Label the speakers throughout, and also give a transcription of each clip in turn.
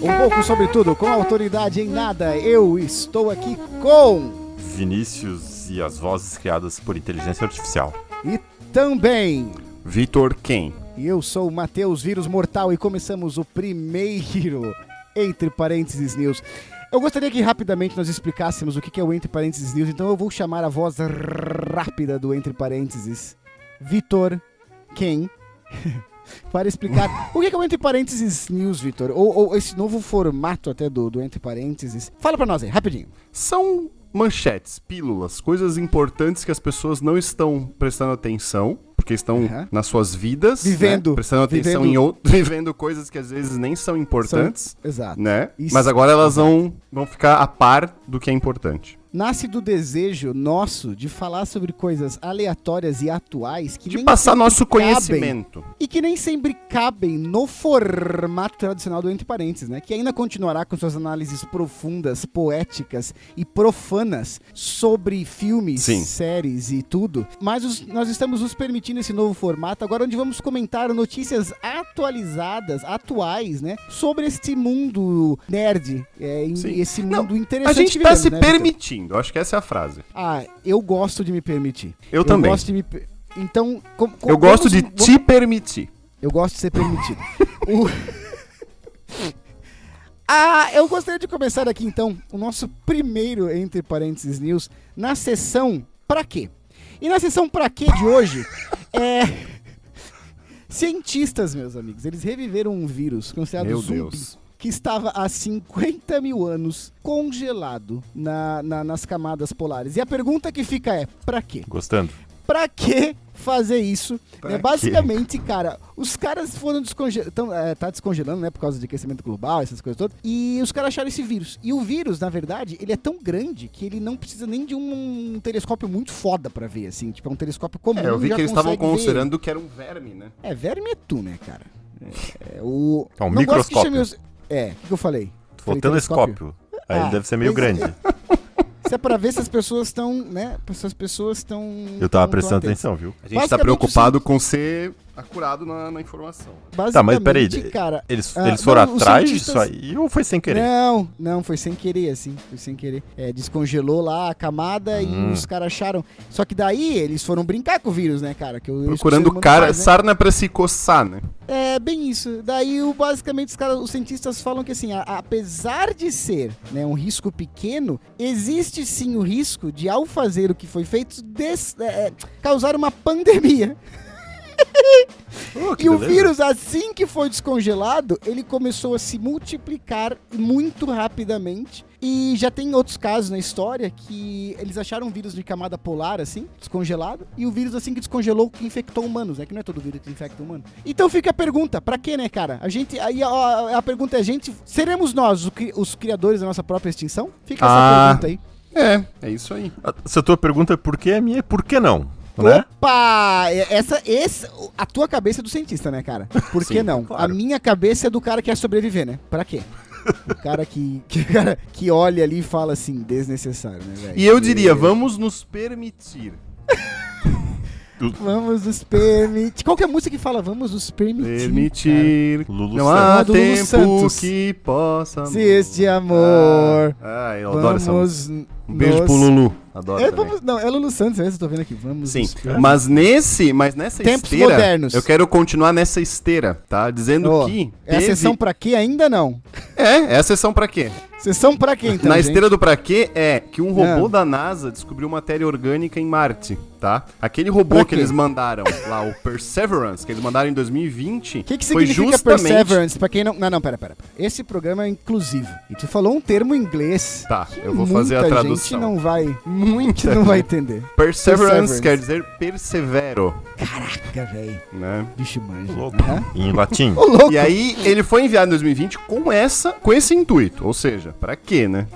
Speaker 1: Um pouco sobre tudo, com autoridade em nada, eu estou aqui com.
Speaker 2: Vinícius e as vozes criadas por inteligência artificial.
Speaker 1: E também.
Speaker 2: Vitor quem?
Speaker 1: E eu sou o Matheus Vírus Mortal e começamos o primeiro Entre Parênteses News. Eu gostaria que rapidamente nós explicássemos o que é o Entre Parênteses News, então eu vou chamar a voz rápida do Entre Parênteses, Vitor Quem, para explicar o que é o Entre Parênteses News, Vitor, ou, ou esse novo formato até do, do Entre Parênteses. Fala pra nós aí, rapidinho.
Speaker 2: São manchetes, pílulas, coisas importantes que as pessoas não estão prestando atenção, porque estão
Speaker 1: Aham.
Speaker 2: nas suas vidas,
Speaker 1: Vivendo,
Speaker 2: né? prestando atenção
Speaker 1: vivendo.
Speaker 2: em outro, vivendo coisas que às vezes nem são importantes,
Speaker 1: Exato.
Speaker 2: né?
Speaker 1: Isso.
Speaker 2: Mas agora elas vão, vão ficar a par do que é importante.
Speaker 1: Nasce do desejo nosso de falar sobre coisas aleatórias e atuais que
Speaker 2: De
Speaker 1: nem
Speaker 2: passar nosso
Speaker 1: cabem.
Speaker 2: conhecimento.
Speaker 1: e que nem sempre cabem no formato tradicional do Entre Parênteses, né? Que ainda continuará com suas análises profundas, poéticas e profanas sobre filmes,
Speaker 2: Sim.
Speaker 1: séries e tudo. Mas os- nós estamos nos permitindo esse novo formato agora, onde vamos comentar notícias atualizadas, atuais, né? Sobre este mundo nerd, é, em-
Speaker 2: Sim.
Speaker 1: esse
Speaker 2: Não,
Speaker 1: mundo interessante.
Speaker 2: A gente
Speaker 1: que
Speaker 2: tá
Speaker 1: vivemos,
Speaker 2: se
Speaker 1: né, Vitor?
Speaker 2: permitindo, acho que essa é a frase.
Speaker 1: Ah, eu gosto de me permitir.
Speaker 2: Eu, também.
Speaker 1: Gosto de me... per- Então, com- com-
Speaker 2: eu gosto de
Speaker 1: vamos- vamos-
Speaker 2: te permitir.
Speaker 1: eu gosto de ser permitido. O- ah, eu gostaria de começar aqui então o nosso primeiro entre parênteses news na sessão pra quê? E na sessão pra quê de hoje é cientistas, meus amigos, eles reviveram um vírus considerado
Speaker 2: Meu
Speaker 1: zumbi
Speaker 2: Deus.
Speaker 1: que estava há 50 mil anos congelado na- na- nas camadas polares. E a pergunta que fica é, pra quê?
Speaker 3: Gostando.
Speaker 1: pra que fazer isso?
Speaker 2: Pra
Speaker 1: né?
Speaker 2: quê?
Speaker 1: Basicamente, cara, os caras foram descongelando. tá descongelando, né? Por causa de aquecimento global, essas coisas todas. E os caras acharam esse vírus. E o vírus, na verdade, ele é tão grande que ele não precisa nem de um, telescópio muito foda pra ver, assim. Tipo, é um telescópio comum.
Speaker 2: É, eu vi
Speaker 1: já
Speaker 2: que eles estavam
Speaker 1: consegue ver.
Speaker 2: considerando que era um verme, né?
Speaker 1: É, verme é tu, né, cara? É, é, o.
Speaker 3: É um
Speaker 1: não gosto que
Speaker 3: microscópio.
Speaker 1: chame os- É, o que, que eu falei?
Speaker 3: Tu
Speaker 1: Falei
Speaker 3: falou telescópio. Aí
Speaker 1: Ah,
Speaker 3: ele deve ser meio
Speaker 1: pois é.
Speaker 3: grande.
Speaker 1: Isso é pra ver se as pessoas estão, né? Se as pessoas estão. tão-
Speaker 3: Eu tava
Speaker 1: tão
Speaker 3: prestando
Speaker 1: atentas.
Speaker 3: atenção, viu?
Speaker 2: A gente tá
Speaker 1: Basicamente,
Speaker 2: preocupado com ser acurado na, na informação.
Speaker 3: Tá, mas peraí,
Speaker 1: Basicamente, cara,
Speaker 3: Eles,
Speaker 1: Ah,
Speaker 3: eles foram
Speaker 1: não, os
Speaker 3: atrás
Speaker 1: cientistas- né?
Speaker 3: disso aí ou foi sem querer?
Speaker 1: Não, não, foi sem querer, assim. Foi sem querer. É, descongelou lá a camada e
Speaker 3: Hum.
Speaker 1: os caras acharam. Só que daí eles foram brincar com o vírus, né, cara? Que o-
Speaker 2: Procurando
Speaker 1: isso que o ser humano
Speaker 2: cara,
Speaker 1: faz, né?
Speaker 2: sarna pra se coçar, né?
Speaker 1: É, bem isso. Daí, o- basicamente, os, caras, os cientistas falam que, assim, a- apesar de ser né, um risco pequeno, existe sim o risco de, ao fazer o que foi feito, des- é, é, causar uma pandemia.
Speaker 3: Oh, que
Speaker 1: E o
Speaker 3: beleza.
Speaker 1: vírus, assim que foi descongelado, ele começou a se multiplicar muito rapidamente. E já tem outros casos na história que eles acharam um vírus de camada polar, assim, descongelado. E o vírus, assim que descongelou, que infectou humanos, né? Que não é todo vírus que infecta humano. Então fica a pergunta, pra quê, né, cara? A gente. Aí a, a pergunta é, a gente. Seremos nós o cri- os criadores da nossa própria extinção? Fica essa
Speaker 2: Ah.
Speaker 1: pergunta aí.
Speaker 2: É, é isso aí.
Speaker 3: A- Se a tua pergunta é por que, a minha é por que não, né?
Speaker 1: Opa! É- Essa, esse, a tua cabeça é do cientista, né, cara? Por que
Speaker 2: Sim,
Speaker 1: não?
Speaker 3: claro.
Speaker 1: A minha cabeça é do cara que quer sobreviver, né? Pra quê? O cara que, que, cara que olha ali e fala assim, desnecessário, né, velho?
Speaker 2: E eu diria, vamos nos permitir.
Speaker 1: Vamos nos permitir. Qual que é a música que fala vamos nos permitir? cara?
Speaker 2: Permitir.
Speaker 3: Lulu
Speaker 2: Não
Speaker 3: Santos.
Speaker 2: há
Speaker 1: Lulu
Speaker 2: tempo
Speaker 1: Santos.
Speaker 2: que possa.
Speaker 1: Se este amor.
Speaker 2: Ah, ah, eu adoro essa música.
Speaker 1: Vamos.
Speaker 2: Um beijo
Speaker 1: nos-
Speaker 2: pro Lulu. Adoro.
Speaker 1: É,
Speaker 2: também.
Speaker 1: vamos, não, é Lulu Santos, é essa, eu tô vendo aqui. Vamos.
Speaker 2: Sim,
Speaker 1: nos permitir.
Speaker 2: mas nesse, mas nessa
Speaker 1: Tempos
Speaker 2: esteira,
Speaker 1: modernos.
Speaker 2: eu quero continuar nessa esteira, tá? Dizendo
Speaker 1: Ó,
Speaker 2: que
Speaker 1: É a
Speaker 2: teve-
Speaker 1: sessão pra quê ainda não?
Speaker 2: É, é a sessão pra quê?
Speaker 1: Sessão pra quê então?
Speaker 2: Na
Speaker 1: gente?
Speaker 2: esteira do pra quê é que um robô
Speaker 1: Ah.
Speaker 2: da NASA descobriu matéria orgânica em Marte, tá? Aquele robô
Speaker 1: Pra
Speaker 2: que
Speaker 1: quê?
Speaker 2: eles mandaram lá, o Perseverance, que eles mandaram em 2020,
Speaker 1: O que, que
Speaker 2: foi
Speaker 1: significa
Speaker 2: justamente...
Speaker 1: Perseverance? Pra quem não. Não, não, pera, pera, pera. Esse programa é inclusivo. E tu falou um termo em inglês.
Speaker 2: Tá,
Speaker 1: que
Speaker 2: eu vou fazer a
Speaker 1: muita
Speaker 2: tradução.
Speaker 1: gente não vai. Que
Speaker 2: Muita.
Speaker 1: não vai entender.
Speaker 2: Perseverance
Speaker 1: Perseverance.
Speaker 2: quer dizer persevero,
Speaker 1: Caraca, velho.
Speaker 2: né?
Speaker 1: Bicho manja.
Speaker 3: Louco.
Speaker 1: Né?
Speaker 3: Em latim.
Speaker 1: Ô, louco.
Speaker 2: E aí ele foi enviado em 2020 com essa, com esse intuito, ou seja, pra quê, né?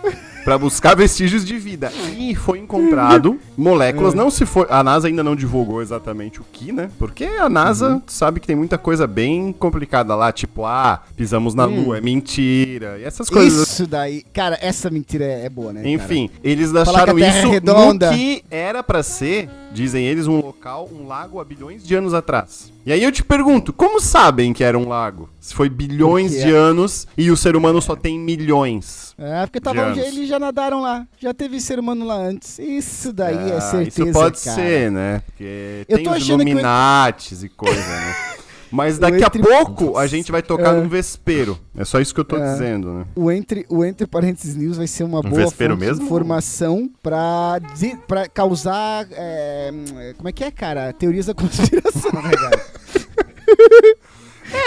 Speaker 2: Pra buscar vestígios de vida. E foi encontrado moléculas,
Speaker 1: Hum.
Speaker 2: não se foi, a NASA ainda não divulgou exatamente o que, né? Porque a NASA
Speaker 1: Uhum.
Speaker 2: tu sabe que tem muita coisa bem complicada lá, tipo, ah, pisamos na lua, é mentira, e essas coisas.
Speaker 1: Hum. Isso daí. Cara, essa mentira é, é boa, né?
Speaker 2: Enfim, eles
Speaker 1: Falar que a
Speaker 2: acharam
Speaker 1: Terra é
Speaker 2: isso no
Speaker 1: redonda.
Speaker 2: que era pra ser Dizem eles um local, um lago há bilhões de anos atrás. E aí eu te pergunto, como sabem que era um lago? Se foi bilhões
Speaker 1: Porque
Speaker 2: de anos e o ser humano só tem milhões.
Speaker 1: É, porque tava,
Speaker 2: Dianos.
Speaker 1: eles já nadaram lá. Já teve ser humano lá antes. Isso daí é,
Speaker 2: Ah,
Speaker 1: certeza.
Speaker 2: Isso pode
Speaker 1: cara.
Speaker 2: ser, né? Porque
Speaker 1: Eu
Speaker 2: tem
Speaker 1: tô
Speaker 2: os
Speaker 1: achando que o-
Speaker 2: Illuminates e coisa, né? Mas
Speaker 1: O
Speaker 2: daqui a
Speaker 1: entre-
Speaker 2: pouco a gente vai tocar
Speaker 1: É.
Speaker 2: num vespeiro. É só isso que eu tô
Speaker 1: É.
Speaker 2: dizendo, né?
Speaker 1: O entre, o entre parênteses news vai ser uma
Speaker 2: Um
Speaker 1: boa
Speaker 3: vespeiro
Speaker 1: fonte de
Speaker 3: mesmo?
Speaker 1: informação pra, dizer- pra causar. é, hum, como é que é, cara? Teorias da conspiração.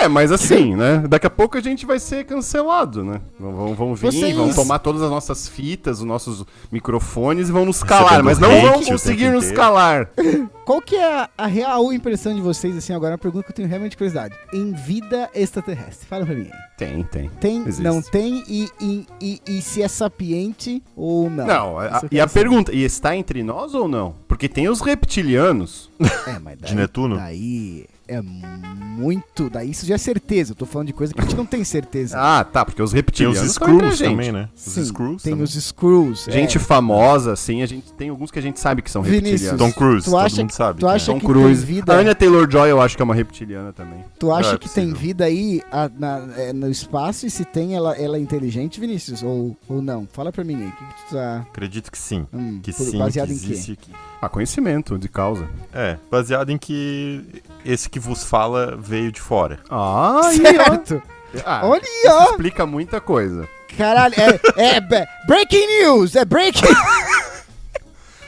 Speaker 2: É, mas assim, né? Daqui a pouco a gente vai ser cancelado, né? Vão, vão, vão vir,
Speaker 1: Vocês-
Speaker 2: vão tomar todas as nossas fitas, os nossos microfones e vão nos calar,
Speaker 3: Recebendo
Speaker 2: mas não
Speaker 3: um hate o
Speaker 2: vão
Speaker 3: tempo
Speaker 2: conseguir nos
Speaker 3: inteiro.
Speaker 2: calar.
Speaker 1: Qual que é a, a real impressão de vocês, assim, agora? Uma pergunta que eu tenho realmente curiosidade. Em vida extraterrestre, fala pra mim.
Speaker 2: Tem, tem.
Speaker 1: Tem,
Speaker 2: Existe.
Speaker 1: não tem e, e, e, e se é sapiente ou não?
Speaker 2: Não, a-
Speaker 1: Isso eu
Speaker 2: e a
Speaker 1: quero saber.
Speaker 2: pergunta, e está entre nós ou não? Porque tem os reptilianos.
Speaker 1: É, mas daí,
Speaker 3: De Netuno?
Speaker 1: Daí é muito. Daí isso já é certeza. Eu tô falando de coisa que a gente não tem certeza.
Speaker 2: Ah, tá, porque os
Speaker 3: Tem os
Speaker 2: reptilianos estão entre a
Speaker 3: Screws
Speaker 2: gente.
Speaker 3: também, né? Os
Speaker 1: Sim,
Speaker 3: Screws.
Speaker 1: Tem
Speaker 3: também.
Speaker 1: os Screws. é.
Speaker 2: Gente famosa, assim, a gente tem alguns que a gente sabe que são
Speaker 1: Vinícius,
Speaker 2: reptilianos.
Speaker 3: Tom Cruise,
Speaker 1: tu
Speaker 3: todo
Speaker 1: acha
Speaker 3: mundo
Speaker 1: que-
Speaker 3: sabe.
Speaker 1: tu
Speaker 3: né?
Speaker 1: acha
Speaker 2: Tom
Speaker 1: que
Speaker 2: Cruise. Ah,
Speaker 1: tem vida?
Speaker 2: A Anya Taylor-Joy eu acho que é uma reptiliana também.
Speaker 1: Tu acha
Speaker 3: Não, é
Speaker 1: que tem
Speaker 3: possível.
Speaker 1: vida aí a- na- é, no espaço e se tem, ela, ela é inteligente, Vinícius? Ou, ou não? Fala pra mim aí. O que, que tu tá.
Speaker 3: Acredito que sim.
Speaker 1: Hum,
Speaker 3: Que
Speaker 1: por-
Speaker 3: sim,
Speaker 1: baseado
Speaker 3: que
Speaker 1: em quê?
Speaker 3: existe. que-
Speaker 2: Ah, conhecimento de causa.
Speaker 3: É, baseado em que esse que vos fala veio de fora.
Speaker 2: Ah,
Speaker 1: certo!
Speaker 2: e ó. Ah,
Speaker 1: Olha aí,
Speaker 2: isso
Speaker 1: ó!
Speaker 2: explica muita coisa.
Speaker 1: Caralho, é, é be- breaking news! É breaking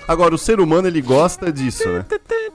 Speaker 2: Agora, o ser humano, ele gosta disso, né?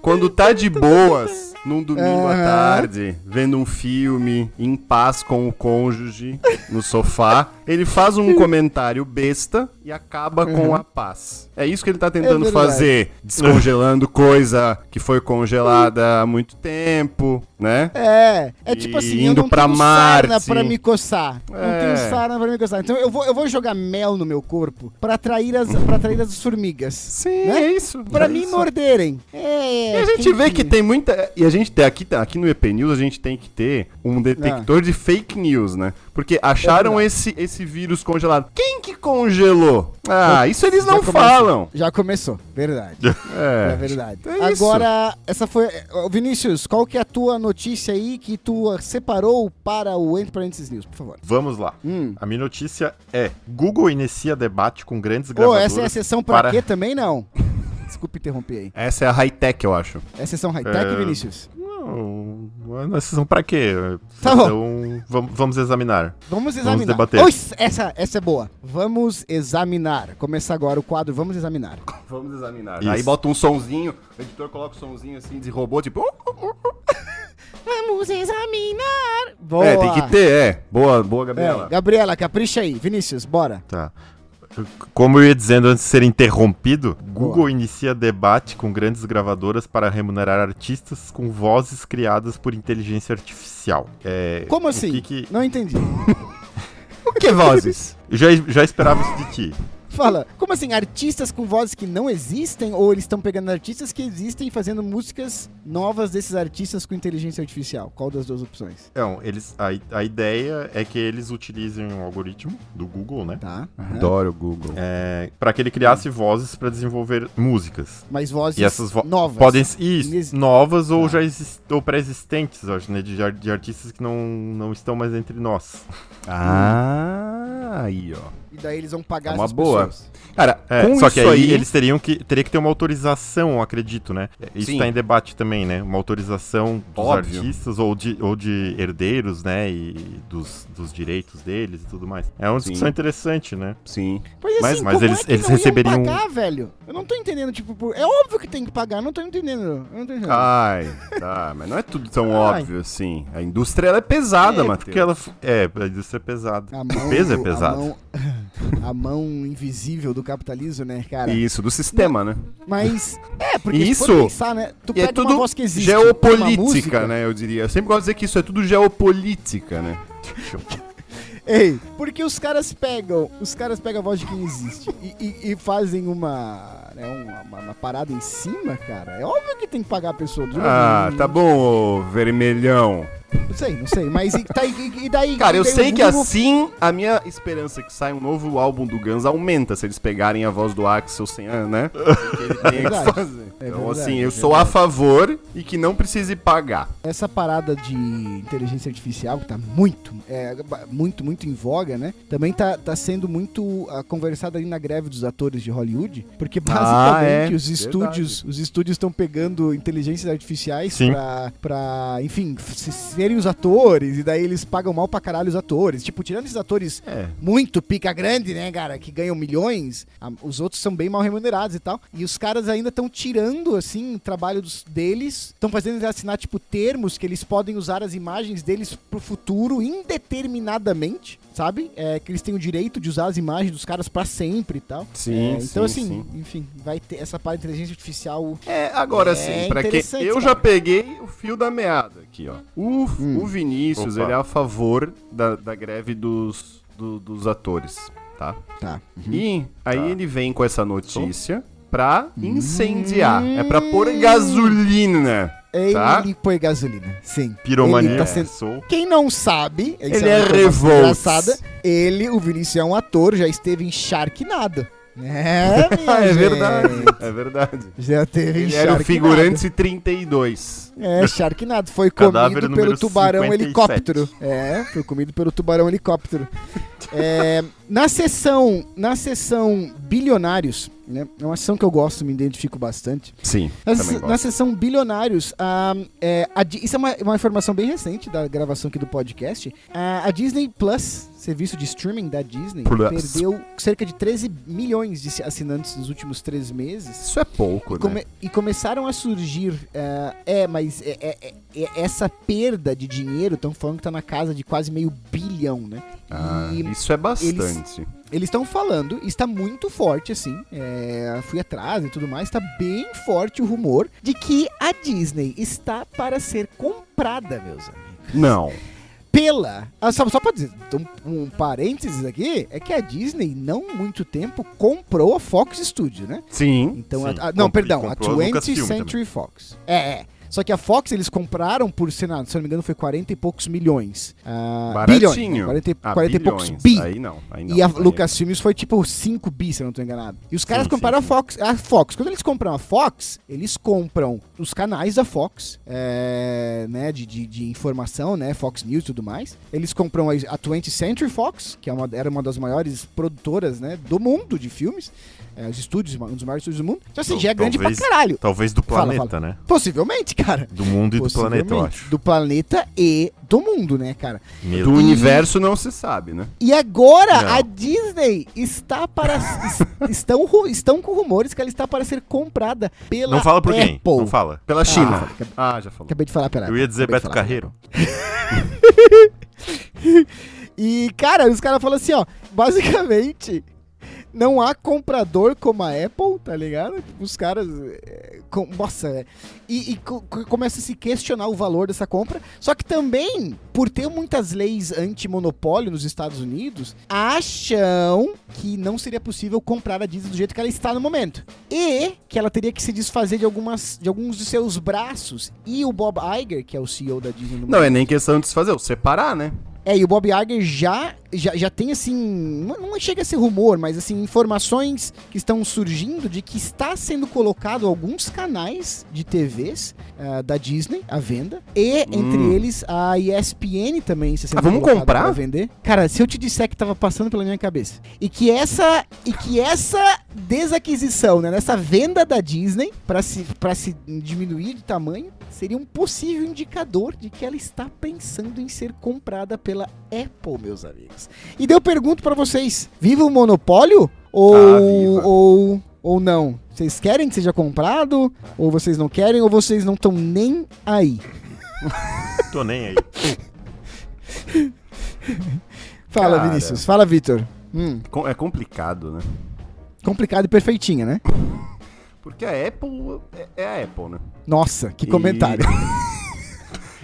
Speaker 2: Quando tá de boas, num domingo à
Speaker 1: Aham.
Speaker 2: tarde, vendo um filme, em paz com o cônjuge, no sofá, ele faz um comentário besta e acaba com a paz. É isso que ele tá tentando
Speaker 1: Uhum. verdade.
Speaker 2: fazer, descongelando coisa que foi congelada há muito tempo, né?
Speaker 1: É, é tipo
Speaker 2: E
Speaker 1: assim,
Speaker 2: indo
Speaker 1: eu não
Speaker 2: pra
Speaker 1: tenho sarna
Speaker 2: Marte.
Speaker 1: pra me coçar. Não
Speaker 2: É.
Speaker 1: tenho sarna pra me coçar. Então eu vou, eu vou jogar mel no meu corpo pra atrair as, pra atrair as formigas.
Speaker 2: Sim,
Speaker 1: Né?
Speaker 2: é isso.
Speaker 1: Pra
Speaker 2: é
Speaker 1: me
Speaker 2: isso.
Speaker 1: morderem. É,
Speaker 2: E a gente
Speaker 1: tem
Speaker 2: vê que tem muita. E a gente tem aqui, tá, aqui no EP News, a gente tem que ter um detector de fake news, né? Porque acharam esse, esse vírus congelado. Quem que congelou? Ah, isso eles
Speaker 1: Já
Speaker 2: não
Speaker 1: começou.
Speaker 2: falam.
Speaker 1: Já começou, verdade. É,
Speaker 2: É.
Speaker 1: verdade.
Speaker 2: é isso.
Speaker 1: Agora, essa foi. Ô, Vinícius, qual que é a tua notícia aí que tu separou para o Entre Parênteses News, por favor?
Speaker 3: Vamos lá.
Speaker 1: Hum.
Speaker 3: A minha notícia é: Google inicia debate com grandes
Speaker 1: Ô,
Speaker 3: gravadoras.
Speaker 1: essa é a sessão pra
Speaker 3: para-
Speaker 1: quê também, não? Desculpa interromper aí.
Speaker 2: Essa é a high-tech, eu acho.
Speaker 1: É a sessão high-tech,
Speaker 3: É.
Speaker 1: Vinícius?
Speaker 3: Não, não é sessão pra quê?
Speaker 1: Tá
Speaker 3: então, vamos, vamos examinar.
Speaker 1: Vamos examinar.
Speaker 3: debater.
Speaker 1: Ois, essa, essa é boa. Vamos examinar. Começa agora o quadro Vamos Examinar.
Speaker 2: Vamos examinar.
Speaker 3: Isso.
Speaker 2: Aí bota um sonzinho, o editor coloca um sonzinho assim de robô, tipo. "Uh, uh, uh".
Speaker 1: Vamos examinar. Boa.
Speaker 2: É, tem que ter, é. Boa, boa, Gabriela.
Speaker 1: É, Gabriela, capricha aí. Vinícius, bora.
Speaker 3: Tá. Como eu ia dizendo antes de ser interrompido, Google inicia debate com grandes gravadoras para remunerar artistas com vozes criadas por inteligência artificial. É,
Speaker 1: Como
Speaker 3: o
Speaker 1: assim?
Speaker 3: que que-
Speaker 1: Não entendi.
Speaker 2: O que vozes?
Speaker 3: Eu já, já esperava isso de ti.
Speaker 1: Fala, como assim? Artistas com vozes que não existem ou eles estão pegando artistas que existem e fazendo músicas novas desses artistas com inteligência artificial? Qual das duas opções?
Speaker 3: Então, eles, a, i- a ideia é que eles utilizem um algoritmo do Google, né?
Speaker 1: Tá. aham.
Speaker 2: Adoro o Google.
Speaker 3: É, para que ele criasse vozes para desenvolver músicas.
Speaker 1: Mas vozes
Speaker 3: E essas vo-
Speaker 1: novas.
Speaker 3: Podem ser isso,
Speaker 1: Inex-
Speaker 3: novas ou
Speaker 1: Tá.
Speaker 3: já exis- ou pré-existentes, eu acho, né? De, ar- de artistas que não, não estão mais entre nós.
Speaker 2: Ah, aí, ó.
Speaker 1: E daí eles vão pagar
Speaker 2: É uma
Speaker 1: essas pessoas.
Speaker 2: boa. Cara,
Speaker 3: É,
Speaker 2: com
Speaker 3: só que
Speaker 2: isso
Speaker 3: aí, eles teriam que teria que ter uma autorização, eu acredito, né? É, Isso
Speaker 2: Sim.
Speaker 3: está em debate também, né? Uma autorização dos
Speaker 2: Óbvio.
Speaker 3: artistas ou de, ou de herdeiros, né? E dos, dos direitos deles e tudo mais. É uma
Speaker 2: Sim.
Speaker 3: discussão interessante, né?
Speaker 2: Sim.
Speaker 1: Mas,
Speaker 3: Mas-
Speaker 1: assim,
Speaker 3: mas
Speaker 1: como
Speaker 3: eles-
Speaker 1: é que
Speaker 3: eles
Speaker 1: não iam
Speaker 3: receberiam- um-
Speaker 1: pagar, velho? Eu não tô entendendo, tipo, por- é óbvio que tem que pagar, não tô entendendo. Eu não tô entendendo.
Speaker 3: Ah,
Speaker 2: Ai, tá, mas não é tudo tão
Speaker 3: Ai.
Speaker 2: óbvio assim. A indústria ela é pesada,
Speaker 3: é,
Speaker 2: Matheus.
Speaker 3: porque ela f- é, a indústria é pesada.
Speaker 1: A
Speaker 3: o peso é
Speaker 1: do-
Speaker 3: pesado.
Speaker 1: A mão, a mão invisível do capitalismo, né, cara?
Speaker 2: Isso, do sistema, né?
Speaker 1: Mas, é, porque se
Speaker 2: Isso-
Speaker 1: for pensar, né, tu
Speaker 2: E
Speaker 1: pega
Speaker 2: é
Speaker 1: uma
Speaker 2: tudo
Speaker 1: voz que existe, uma música-
Speaker 2: geopolítica, né? Eu diria. Eu sempre gosto de dizer que isso é tudo geopolítica, né?
Speaker 1: Ei, porque os caras pegam, os caras pegam a voz de quem existe e, e- e fazem uma, né, uma, uma- uma parada em
Speaker 2: tá.
Speaker 1: cima, cara. É óbvio que tem que pagar a pessoa.
Speaker 2: Ah, tá bom, ô vermelhão.
Speaker 1: Não sei, não sei. Mas e, tá, e, e daí? um
Speaker 2: Cara, eu
Speaker 1: daí o
Speaker 2: sei que
Speaker 1: Google-
Speaker 2: assim a minha esperança que saia um novo álbum do Guns aumenta se eles pegarem a voz do Axel sem a, né? O que ele tem que
Speaker 1: verdade.
Speaker 2: fazer.
Speaker 1: É
Speaker 2: então,
Speaker 1: verdade,
Speaker 2: assim,
Speaker 1: é
Speaker 2: eu sou a favor e que não precise pagar.
Speaker 1: Essa parada de inteligência artificial, que tá muito, é, ba- muito, muito em voga, né? Também tá, tá sendo muito ah, conversada ali na greve dos atores de Hollywood, porque basicamente
Speaker 2: é,
Speaker 1: os
Speaker 2: verdade.
Speaker 1: estúdios os estúdios estão pegando inteligências artificiais
Speaker 3: Sim.
Speaker 1: pra, pra, enfim, f- se- serem os atores, e daí eles pagam mal pra caralho os atores. Tipo, tirando esses atores
Speaker 2: É.
Speaker 1: muito pica grande, né, cara, que ganham milhões, a- os outros são bem mal remunerados e tal. E os caras ainda estão tirando, assim, o trabalho dos, deles, estão fazendo eles assinar, tipo, termos que eles podem usar as imagens deles pro futuro indeterminadamente, sabe? É, que eles têm o direito de usar as imagens dos caras pra sempre e tal.
Speaker 2: Sim,
Speaker 1: É, então,
Speaker 2: sim,
Speaker 1: assim,
Speaker 2: sim.
Speaker 1: enfim, vai ter essa parte de inteligência artificial.
Speaker 2: É, agora
Speaker 1: É
Speaker 2: sim, pra quem.
Speaker 1: interessante,
Speaker 2: Eu
Speaker 1: cara.
Speaker 2: já peguei o fio da meada aqui, ó. O, o Vinícius,
Speaker 3: Hum. Opa.
Speaker 2: ele é a favor da, da greve dos, do- dos atores, tá?
Speaker 1: Tá.
Speaker 2: E aí
Speaker 3: Tá. Hum.
Speaker 2: ele vem com essa notícia pra incendiar. É pra pôr gasolina.
Speaker 1: Ele
Speaker 2: Tá.
Speaker 1: põe gasolina, sim. Ele
Speaker 3: Piromania.
Speaker 1: tá
Speaker 3: é,
Speaker 1: sendo
Speaker 3: sou.
Speaker 1: Quem não sabe, isso
Speaker 2: Ele
Speaker 1: uma
Speaker 2: é
Speaker 1: informação
Speaker 2: revolts.
Speaker 1: engraçada, Ele, o Vinícius é um ator, já esteve em Sharknado. É, minha
Speaker 2: Ah, é
Speaker 1: gente.
Speaker 2: verdade. É verdade.
Speaker 1: Já teve em
Speaker 2: Ele era
Speaker 1: Sharknado.
Speaker 2: o figurante 32.
Speaker 1: É, Sharknado. Foi
Speaker 3: Cadáver
Speaker 1: comido pelo
Speaker 3: número
Speaker 1: tubarão
Speaker 3: 57.
Speaker 1: helicóptero. É, foi comido pelo tubarão helicóptero. É, na sessão, na sessão bilionários, né? É uma sessão que eu gosto, me identifico bastante.
Speaker 2: Sim,
Speaker 1: Na,
Speaker 2: também
Speaker 1: na
Speaker 2: gosto.
Speaker 1: sessão Bilionários, a, é, a Di- isso é uma, uma informação bem recente da gravação aqui do podcast. Ah, A, a Disney Plus, serviço de streaming da Disney,
Speaker 2: Plus.
Speaker 1: perdeu cerca de 13 milhões de assinantes nos últimos três meses.
Speaker 2: Isso é pouco, né?
Speaker 1: Come- E começaram a surgir. ah, é, mas é- é- é- é- essa perda de dinheiro, estão falando que tá na casa de quase meio bilhão, né?
Speaker 2: Ah,
Speaker 1: e
Speaker 2: isso é bastante.
Speaker 1: eles estão falando, e está muito forte, assim. é, fui atrás e tudo mais, está bem forte o rumor de que a Disney está para ser comprada, meus amigos.
Speaker 2: Não.
Speaker 1: Pela. Ah, só, só pra dizer, um, um parênteses aqui, é que a Disney, não muito tempo, comprou a Fox Studio, né?
Speaker 2: Sim.
Speaker 1: Então,
Speaker 3: Sim,
Speaker 1: a- a- não,
Speaker 3: comprou-
Speaker 1: perdão, a
Speaker 3: comprou a
Speaker 1: 20th
Speaker 3: Lucasfilm
Speaker 1: Century Fox. É, é. Só que a Fox eles compraram por, sei lá, se eu não me engano, foi 40 e poucos milhões. Ah,
Speaker 2: Baratinho.
Speaker 1: Bilhões, né? 40, e-
Speaker 2: Ah,
Speaker 1: 40 e poucos
Speaker 2: bilhões.
Speaker 1: bi.
Speaker 2: Aí não, aí não.
Speaker 1: E a
Speaker 2: aí
Speaker 1: Lucasfilmes foi tipo 5 bi, se eu não tô enganado. E os caras
Speaker 3: Sim,
Speaker 1: compraram
Speaker 3: sim, sim.
Speaker 1: a Fox. A Fox, quando eles compram a Fox, eles compram os canais da Fox, é, né, de, de, de informação, né, Fox News e tudo mais. Eles compram a, a 20th Century Fox, que é uma, era uma das maiores produtoras, né, do mundo de filmes. É, os estúdios, um dos maiores estúdios do mundo. Então assim,
Speaker 3: Tal-
Speaker 1: já é grande
Speaker 3: talvez-
Speaker 1: pra caralho.
Speaker 3: Talvez do
Speaker 1: Fala,
Speaker 3: planeta, né?
Speaker 1: Possivelmente, cara.
Speaker 3: Do mundo e do planeta, eu
Speaker 1: Possivelmente.
Speaker 3: acho.
Speaker 1: Do planeta e do mundo, né, cara?
Speaker 3: Meu
Speaker 2: é. Do universo não se sabe, né?
Speaker 1: E agora
Speaker 3: Não.
Speaker 1: a Disney está para es- estão ru- estão com rumores que ela está para ser comprada pela
Speaker 3: Não fala por
Speaker 1: Apple. É,
Speaker 3: quem? Não fala.
Speaker 2: Pela China. Ah, já falou.
Speaker 1: Acabei de falar pela
Speaker 3: Eu ia dizer
Speaker 1: acabei de falar.
Speaker 3: Beto Carreiro.
Speaker 1: E cara, os caras falam assim, ó, basicamente não há comprador como a Apple, tá ligado? Os caras. é, com- nossa, é. E, e co- co- começa a se questionar o valor dessa compra. Só que também, por ter muitas leis anti-monopólio nos Estados Unidos, acham que não seria possível comprar a Disney do jeito que ela está no momento. E que ela teria que se desfazer de, algumas, de alguns de seus braços. E o Bob Iger, que é o CEO da Disney no
Speaker 2: Não, é nem questão de se fazer, ou separar, né?
Speaker 1: é, e o Bob Iger já, já, já tem, assim, não não chega a ser rumor, mas, assim, informações que estão surgindo de que está sendo colocado alguns canais de TVs ah, da Disney à venda, e, entre
Speaker 2: Hum.
Speaker 1: eles, a ESPN também está sendo
Speaker 2: Ah, vamos
Speaker 1: colocada
Speaker 2: comprar?
Speaker 1: pra vender. Cara, se eu te disser que tava passando pela minha cabeça, e que essa, e que essa desaquisição, né, nessa venda da Disney, para se, pra se diminuir de tamanho, seria um possível indicador de que ela está pensando em ser comprada pela Apple, meus amigos. E daí eu pergunto pra vocês: viva o monopólio? Ou,
Speaker 2: Ah, viva.
Speaker 1: ou, ou não? Vocês querem que seja comprado? Ou vocês não querem? Ou vocês não estão nem aí?
Speaker 3: Tô nem aí.
Speaker 1: Fala,
Speaker 2: Cara.
Speaker 1: Vinícius. Fala, Vitor. Hum,
Speaker 2: Com- É complicado, né?
Speaker 1: complicado e perfeitinha, né?
Speaker 2: Porque a Apple é- é a Apple, né?
Speaker 1: Nossa, que comentário.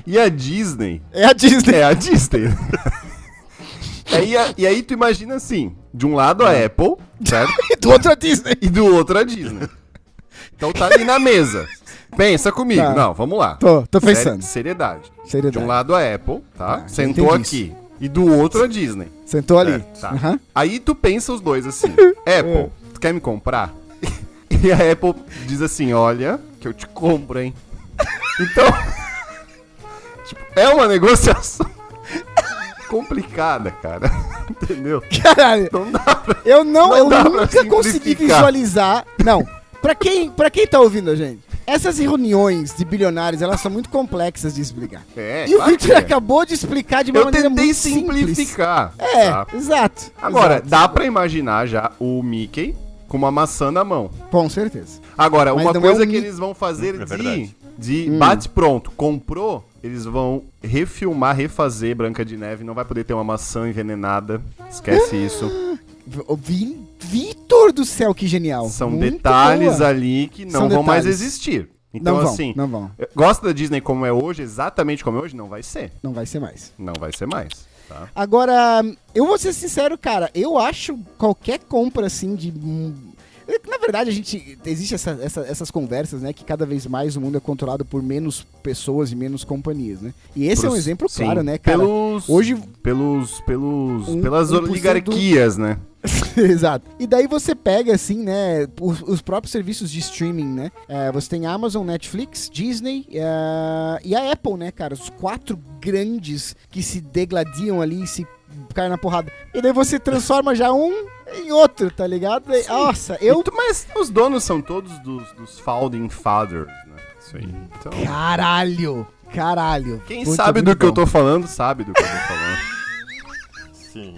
Speaker 2: E a Disney
Speaker 1: É a Disney.
Speaker 2: é a Disney. É, e, aí, a- e aí tu imagina assim, de um lado
Speaker 1: Ah.
Speaker 2: a Apple, certo?
Speaker 1: Do outro é a Disney.
Speaker 2: é E do outro a Disney. Então tá ali na mesa. Pensa comigo.
Speaker 1: Tá.
Speaker 2: Não, vamos lá.
Speaker 1: Tô, tô
Speaker 2: Sério-
Speaker 1: pensando.
Speaker 2: seriedade. De
Speaker 1: Seriedade.
Speaker 2: um lado a Apple, tá?
Speaker 1: Ah,
Speaker 2: Sentou
Speaker 1: entendi
Speaker 2: aqui. E do outro a Disney.
Speaker 1: Sentou ali.
Speaker 2: Certo, tá.
Speaker 1: Aham. É.
Speaker 2: Aí tu pensa os dois assim: Apple, tu quer me comprar? E a Apple diz assim: Olha, que eu te compro, hein? Então. tipo, é uma negociação complicada, cara. Entendeu?
Speaker 1: Caralho.
Speaker 2: Não dá pra.
Speaker 1: Eu não,
Speaker 2: Não
Speaker 1: eu
Speaker 2: dá pra
Speaker 1: nunca consegui
Speaker 2: simplificar.
Speaker 1: visualizar. Não. Pra quem, pra quem tá ouvindo a gente, essas reuniões de bilionários, elas são muito complexas de explicar.
Speaker 2: É,
Speaker 1: e o
Speaker 2: claro que
Speaker 1: Victor
Speaker 2: é.
Speaker 1: acabou de explicar de uma
Speaker 2: Eu
Speaker 1: maneira
Speaker 2: tentei
Speaker 1: muito simples.
Speaker 2: simplificar.
Speaker 1: É,
Speaker 2: tá?
Speaker 1: exato.
Speaker 2: Agora,
Speaker 1: exato.
Speaker 2: dá pra imaginar já o Mickey com uma maçã na mão.
Speaker 1: com certeza.
Speaker 2: Agora,
Speaker 1: Mas
Speaker 2: uma
Speaker 1: não é
Speaker 2: coisa
Speaker 1: um
Speaker 2: que
Speaker 1: mi- Hum.
Speaker 2: eles vão fazer de,
Speaker 3: É verdade.
Speaker 2: de bate pronto, comprou, eles vão refilmar, refazer Branca de Neve, não vai poder ter uma maçã envenenada.
Speaker 1: Ah,
Speaker 2: Esquece isso.
Speaker 1: V- o Vi- Vitor do céu, que genial.
Speaker 2: São
Speaker 1: Muito
Speaker 2: detalhes
Speaker 1: boa.
Speaker 2: ali que não
Speaker 1: São
Speaker 2: vão mais
Speaker 1: detalhes.
Speaker 2: existir. Então
Speaker 1: Não vão,
Speaker 2: assim,
Speaker 1: não vão.
Speaker 2: gosta da Disney como é hoje, exatamente como é hoje, não vai ser.
Speaker 1: Não vai ser mais.
Speaker 2: Não vai ser mais, tá?
Speaker 1: Agora, eu vou ser sincero, cara, eu acho qualquer compra assim de. hum, Na verdade, a gente. Existe essa- essa- essas conversas, né? Que cada vez mais o mundo é controlado por menos pessoas e menos companhias, né? E esse é um
Speaker 2: Pros-
Speaker 1: exemplo
Speaker 2: sim,
Speaker 1: claro, né, cara?
Speaker 2: Pelos,
Speaker 1: Hoje-
Speaker 2: pelos, pelos,
Speaker 1: Um-
Speaker 2: pelas
Speaker 1: 1% do-
Speaker 2: oligarquias, né?
Speaker 1: Exato. E daí você pega, assim, né, os, os próprios serviços de streaming, né? É, você tem a Amazon, Netflix, Disney é, e a Apple, né, cara? Os quatro grandes que se degladiam ali e se caem na porrada. E daí você transforma já um em outro, tá ligado? E- Nossa, eu...
Speaker 2: E tu- Então, mas os donos são todos dos, dos Founding Fathers, né? Isso aí. Então,
Speaker 1: Caralho! Caralho!
Speaker 2: quem
Speaker 1: Muito,
Speaker 2: sabe do
Speaker 1: muito
Speaker 2: que eu
Speaker 1: bom.
Speaker 2: tô falando, sabe do que eu tô falando.
Speaker 3: Sim.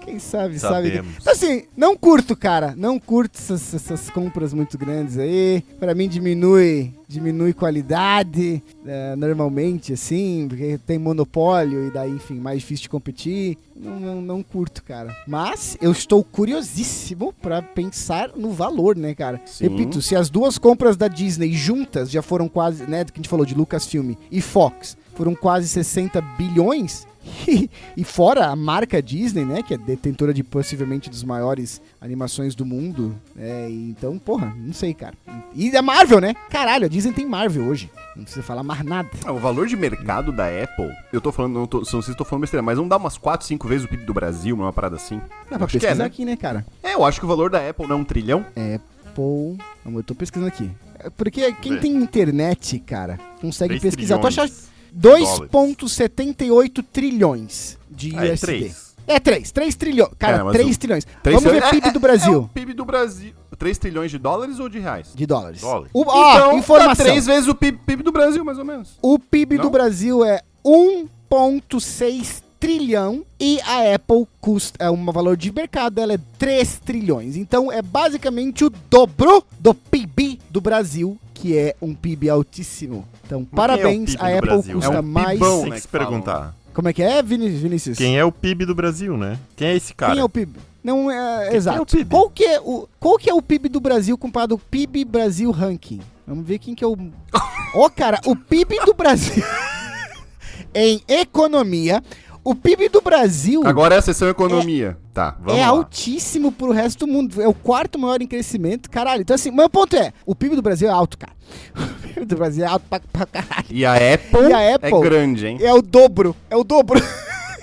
Speaker 1: Quem sabe, sabe.
Speaker 3: Sabemos.
Speaker 1: Então, assim, não curto, cara. Não curto essas, essas compras muito grandes aí. Pra mim diminui, diminui qualidade, eh, normalmente, assim, porque tem monopólio e daí, enfim, mais difícil de competir. Não, não, não curto, cara. Mas eu estou curiosíssimo pra pensar no valor, né, cara?
Speaker 2: Sim.
Speaker 1: Repito, se as duas compras da Disney juntas já foram quase, né, do que a gente falou de Lucasfilm e Fox, foram quase 60 bilhões. e fora a marca Disney, né, que é detentora de possivelmente dos maiores animações do mundo, é, então, porra, não sei, cara. E a Marvel, né? Caralho, a Disney tem Marvel hoje. Não precisa falar mais nada.
Speaker 2: Ah, O valor de mercado da Apple, eu tô falando, não, tô, não sei se tô falando besteira, mas não dá umas 4, 5 vezes o PIB do Brasil, uma parada assim.
Speaker 1: Dá pra
Speaker 2: Acho que
Speaker 1: pesquisar
Speaker 2: é, né?
Speaker 1: aqui, né, cara?
Speaker 2: É, eu acho que o valor da Apple não é um trilhão.
Speaker 1: Apple. Não, eu tô pesquisando aqui. É Porque quem
Speaker 3: Vê.
Speaker 1: tem internet, cara, consegue
Speaker 3: Três
Speaker 1: pesquisar. Tu acha
Speaker 3: trilhões.
Speaker 1: 2,78 trilhões de
Speaker 3: Ah, é
Speaker 1: USD.
Speaker 3: três.
Speaker 1: É 3, 3 trilhões.
Speaker 2: É,
Speaker 1: Cara,
Speaker 2: mas
Speaker 1: 3
Speaker 2: o-
Speaker 1: trilhões.
Speaker 2: Três
Speaker 1: Vamos ver
Speaker 2: trilhões-
Speaker 1: PIB
Speaker 2: é-
Speaker 1: do
Speaker 2: É, um o
Speaker 1: Brasil.
Speaker 2: PIB do Brasil. 3 trilhões de dólares ou de reais?
Speaker 1: De dólares.
Speaker 3: Dólar.
Speaker 1: O, ó,
Speaker 2: dá
Speaker 1: informação.
Speaker 2: 3 vezes o PIB, PIB do Brasil, mais ou menos.
Speaker 1: O PIB do
Speaker 2: Não?
Speaker 1: Brasil é 1,6 trilhão e a Apple custa, é um valor de mercado dela é 3 trilhões. Então é basicamente o dobro do PIB do Brasil, que é um PIB altíssimo. Então,
Speaker 3: Mas
Speaker 1: parabéns,
Speaker 3: quem é o PIB
Speaker 1: a
Speaker 3: do
Speaker 1: Apple
Speaker 3: Brasil?
Speaker 1: custa
Speaker 2: É um
Speaker 1: mais.
Speaker 2: pibão.
Speaker 3: Tem
Speaker 2: né,
Speaker 3: que
Speaker 2: que
Speaker 3: se
Speaker 2: falam.
Speaker 3: perguntar.
Speaker 1: Como é que é, Vini- Vinícius?
Speaker 3: Quem é o PIB do Brasil, né? Quem é esse cara?
Speaker 1: Quem é o PIB? Não é,
Speaker 3: Quem
Speaker 1: exato.
Speaker 3: é o PIB?
Speaker 1: Qual que é o qual que é o PIB do Brasil comparado ao PIB Brasil ranking? Vamos ver quem que é o Ó, cara, o PIB do Brasil em economia, o PIB do Brasil
Speaker 2: Agora é a sessão economia. Tá, vamos
Speaker 1: é
Speaker 2: lá.
Speaker 1: altíssimo pro resto do mundo. É o quarto maior em crescimento, caralho. Então assim, mas o ponto é, o PIB do Brasil é alto, cara. O PIB do Brasil é alto pra, pra caralho.
Speaker 2: E a Apple,
Speaker 1: E a Apple?
Speaker 2: é grande, hein?
Speaker 1: É o dobro, é o dobro.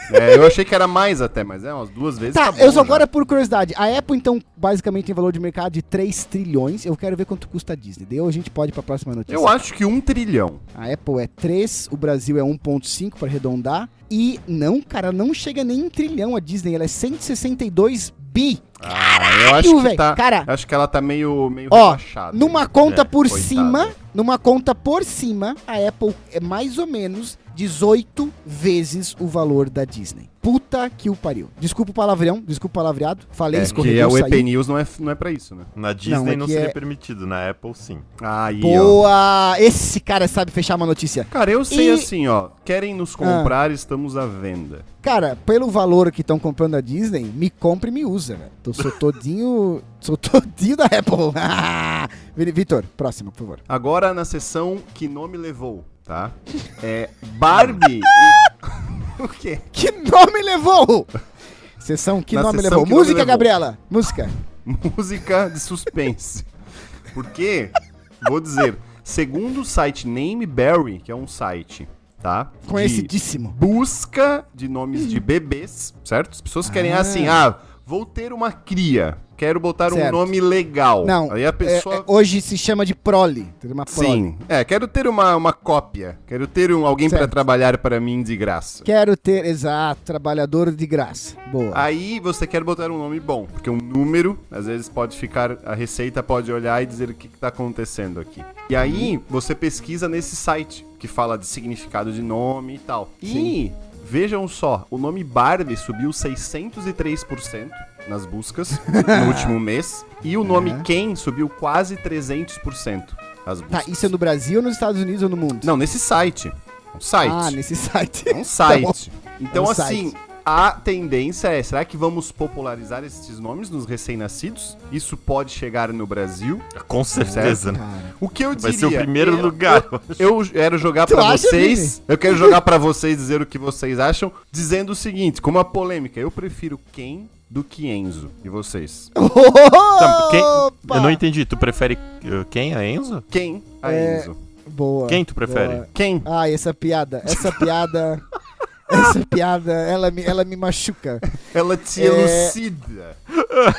Speaker 2: É, eu achei que era mais até, mas é umas duas vezes.
Speaker 1: Tá,
Speaker 2: bom,
Speaker 1: eu só
Speaker 2: né?
Speaker 1: agora por curiosidade. A Apple, então, basicamente tem valor de mercado de 3 trilhões. Eu quero ver quanto custa a Disney. Daí a gente pode ir pra próxima notícia.
Speaker 2: Eu acho que um trilhão.
Speaker 1: A Apple é 3, o Brasil é 1,5 pra arredondar. E não, cara, não chega nem em trilhão a Disney. Ela é 162 bi.
Speaker 2: Ah, eu acho que
Speaker 1: velho.
Speaker 2: tá.
Speaker 1: Cara,
Speaker 2: eu Acho que ela tá meio, meio
Speaker 1: Ó,
Speaker 2: relaxada.
Speaker 1: numa conta
Speaker 3: É,
Speaker 1: por
Speaker 2: Tá coitada.
Speaker 1: cima, numa conta por cima, a Apple é mais ou menos 18 vezes o valor da Disney. Puta que o pariu. Desculpa o palavrão, desculpa o palavreado. Falei,
Speaker 2: É, que
Speaker 1: escorreguei,
Speaker 2: é o EP
Speaker 1: saiu.
Speaker 2: News não é, não é pra isso, né?
Speaker 3: Na Disney
Speaker 1: Não, é
Speaker 3: não,
Speaker 1: que
Speaker 3: seria
Speaker 1: é-
Speaker 3: permitido, na Apple sim.
Speaker 2: Aí, ó.
Speaker 1: Boa! Esse cara sabe fechar uma notícia.
Speaker 2: Cara, eu sei
Speaker 1: E- Ah.
Speaker 2: assim, ó. Querem nos comprar, estamos à venda.
Speaker 1: Cara, pelo valor que estão comprando a Disney, me compra e me usa, velho. Então sou todinho. sou todinho da Apple. Vini- Vitor, próximo, por favor.
Speaker 2: Agora na sessão que nome levou, tá? É Barbie. e- o quê?
Speaker 1: Que nome levou? Sessão que
Speaker 2: Na
Speaker 1: nome
Speaker 2: sessão
Speaker 1: levou?
Speaker 2: que nome
Speaker 1: Música,
Speaker 2: levou.
Speaker 1: Gabriela. Música.
Speaker 2: Música de suspense. Porque, vou dizer, Segundo o site Nameberry, que é um site, tá? De
Speaker 1: Conhecidíssimo.
Speaker 2: busca de nomes de bebês, certo? As pessoas querem
Speaker 1: Ah.
Speaker 2: assim, ah, vou ter uma cria, quero botar um
Speaker 1: Certo.
Speaker 2: nome legal.
Speaker 1: Não,
Speaker 2: Aí a pessoa...
Speaker 1: é- é- hoje se chama de prole. Tem uma prole.
Speaker 2: Sim, é, quero ter uma, uma cópia, quero ter um, alguém pra
Speaker 1: Certo.
Speaker 2: trabalhar para mim de graça.
Speaker 1: Quero ter, exato, trabalhador de graça. Boa.
Speaker 2: Aí você quer botar um nome bom, porque um número, às vezes pode ficar, a receita pode olhar e dizer o que, que tá acontecendo aqui. E aí você pesquisa nesse site que fala de significado de nome e tal. E vejam só, o nome Barbie subiu 603% nas buscas no último mês e o nome
Speaker 1: Aham.
Speaker 2: Ken subiu quase 300% as
Speaker 1: Tá,
Speaker 2: buscas.
Speaker 1: isso é no Brasil, nos Estados Unidos ou no mundo?
Speaker 2: Não, nesse site. Um site.
Speaker 1: Ah, nesse site.
Speaker 2: É um site. Então,
Speaker 1: É um
Speaker 2: assim, a tendência é: será que vamos popularizar esses nomes nos recém-nascidos? Isso pode chegar no Brasil?
Speaker 3: Com certeza, né?
Speaker 1: Cara,
Speaker 2: O que eu
Speaker 3: Vai
Speaker 2: diria?
Speaker 3: ser o primeiro
Speaker 1: é
Speaker 2: eu,
Speaker 3: lugar.
Speaker 2: Eu quero jogar
Speaker 1: Tu
Speaker 2: pra
Speaker 1: acha,
Speaker 2: vocês. Eu quero jogar pra vocês dizer o que vocês acham, dizendo o seguinte, com uma polêmica, eu prefiro quem do que Enzo. E vocês?
Speaker 3: Tá, quem-
Speaker 1: Opa!
Speaker 3: Eu não entendi. Tu prefere uh, quem? A Enzo?
Speaker 2: Quem a
Speaker 1: É.
Speaker 2: Enzo?
Speaker 1: Boa.
Speaker 3: Quem tu prefere?
Speaker 1: boa.
Speaker 2: Quem?
Speaker 1: Ai, essa piada, essa piada, essa piada, ela me, ela me machuca.
Speaker 2: Ela te
Speaker 1: É.
Speaker 2: elucida.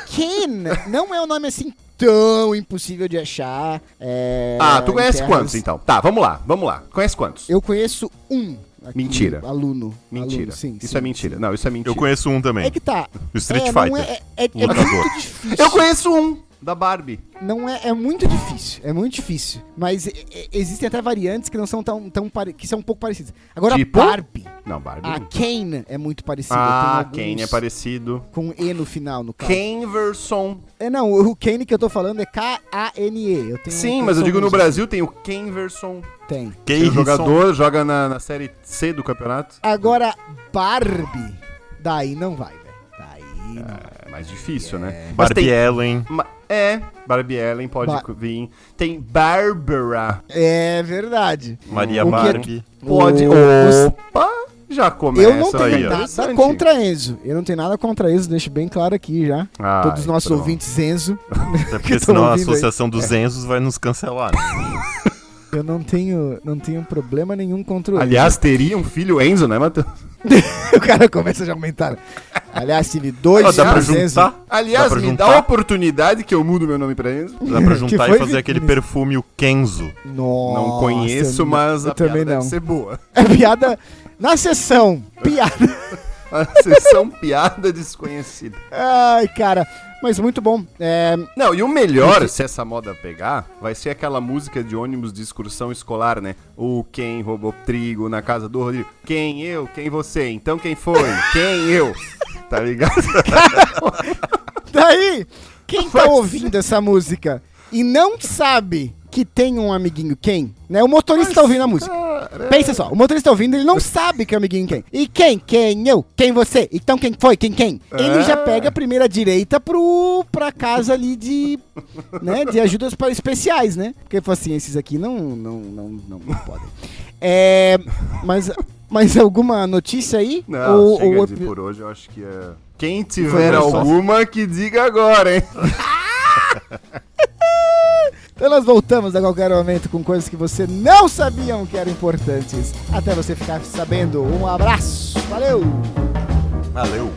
Speaker 1: Ken não é um nome assim tão impossível de achar. é,
Speaker 2: ah, tu
Speaker 1: em
Speaker 2: conhece
Speaker 1: terras-
Speaker 2: quantos então? Tá, vamos lá, vamos lá. Conhece quantos?
Speaker 1: Eu conheço um. aqui,
Speaker 2: Mentira.
Speaker 1: Aluno.
Speaker 2: Mentira.
Speaker 1: Aluno, sim,
Speaker 2: isso
Speaker 1: sim,
Speaker 2: é mentira.
Speaker 1: sim.
Speaker 2: Não, isso é mentira.
Speaker 3: Eu conheço um também.
Speaker 1: É que tá.
Speaker 3: O Street
Speaker 1: é, Não
Speaker 3: Fighter.
Speaker 1: é, é,
Speaker 2: Um
Speaker 1: é- é
Speaker 3: Lutador.
Speaker 1: muito difícil.
Speaker 2: Eu conheço um da Barbie.
Speaker 1: Não é, é muito difícil, é muito difícil. Mas e- e- existem até variantes que não são tão, tão pare- que são um pouco parecidas. Agora
Speaker 2: Tipo?
Speaker 1: a Barbie,
Speaker 2: Não, Barbie.
Speaker 1: a
Speaker 3: Hum.
Speaker 2: não.
Speaker 1: Kane é muito parecida.
Speaker 2: Ah,
Speaker 1: tem alguns
Speaker 2: Ken é parecido.
Speaker 1: com e no final no
Speaker 2: Tá.
Speaker 1: caso.
Speaker 2: Kenverson.
Speaker 1: É não, o Kane que eu tô falando é K A N E. Eu tenho
Speaker 2: Sim, mas eu
Speaker 1: sou
Speaker 2: digo no
Speaker 1: músico.
Speaker 2: Brasil tem o Kenverson.
Speaker 1: tem. um
Speaker 3: Quem
Speaker 2: O jogador joga na, na série C do campeonato.
Speaker 1: Agora Barbie, daí não vai, velho. Daí não. vai.
Speaker 2: É mais difícil, né? Mas
Speaker 3: Barbie
Speaker 2: tem-
Speaker 3: Ellen.
Speaker 2: Ma- É, Barbie Ellen pode
Speaker 1: Ba-
Speaker 2: co- vir. Tem Bárbara.
Speaker 1: É verdade.
Speaker 3: Maria
Speaker 1: O que-
Speaker 3: Barbie.
Speaker 2: Pode.
Speaker 1: Os-
Speaker 2: Opa! Já começa
Speaker 1: Eu não tenho
Speaker 3: é aí, ó.
Speaker 1: nada
Speaker 2: Interessante.
Speaker 1: contra Enzo. Eu não tenho nada contra Enzo, deixo bem claro aqui já.
Speaker 3: Ah,
Speaker 2: Ai,
Speaker 1: Todos os nossos
Speaker 2: pronto.
Speaker 1: ouvintes Enzo.
Speaker 3: Até
Speaker 1: que
Speaker 3: é porque
Speaker 1: eu tô
Speaker 3: senão a
Speaker 1: ouvindo aí. É.
Speaker 3: associação dos Enzos vai nos cancelar. né?
Speaker 1: Eu não tenho, não tenho problema nenhum contra o
Speaker 2: Aliás, teria um filho Enzo, né, Matheus?
Speaker 1: Enzo. o cara começa a já aumentar. Aliás, tive dois
Speaker 3: Ó, dá pra
Speaker 1: filhos Enzo.
Speaker 3: juntar?
Speaker 2: Aliás,
Speaker 3: Dá pra
Speaker 2: me dá
Speaker 3: juntar?
Speaker 2: a oportunidade que eu mudo meu nome pra Enzo.
Speaker 3: Dá pra
Speaker 1: Que
Speaker 3: juntar
Speaker 1: foi,
Speaker 3: e fazer aquele
Speaker 1: Vinícius?
Speaker 3: perfume, o Kenzo.
Speaker 1: Nossa,
Speaker 2: não conheço,
Speaker 1: eu
Speaker 2: mas
Speaker 1: eu
Speaker 2: a piada
Speaker 1: também não.
Speaker 2: deve ser boa.
Speaker 1: É piada na sessão. Piada.
Speaker 2: A sessão um piada desconhecida.
Speaker 1: Ai, cara. Mas muito bom. É,
Speaker 2: Não, e o melhor, se essa moda pegar, vai ser aquela música de ônibus de excursão escolar, né? O quem roubou trigo na casa do Rodrigo. Quem eu, quem você, então quem foi? Quem eu? Tá ligado?
Speaker 1: daí, quem tá ouvindo essa música e não sabe que tem um amiguinho quem, né? O motorista tá ouvindo a música. Pensa só, o motorista tá ouvindo, ele não sabe que é o amiguinho quem. E quem? Quem eu? Quem você? Então quem foi? Quem quem? Ele
Speaker 2: É.
Speaker 1: já pega a primeira direita pro, pra casa ali de, né, de ajudas para especiais, né? Porque ele fala assim, esses aqui não, não, não, não, não podem. É, mas, mas alguma notícia aí?
Speaker 2: Não,
Speaker 1: Ou-
Speaker 2: chega
Speaker 1: ou
Speaker 2: de
Speaker 1: epi-
Speaker 2: por hoje, eu acho que é... Quem tiver
Speaker 3: Foi só.
Speaker 2: alguma, que diga agora, hein?
Speaker 1: Então nós voltamos a qualquer momento com coisas que você não sabiam que eram importantes. Até você ficar sabendo. Um abraço, valeu!
Speaker 3: Valeu.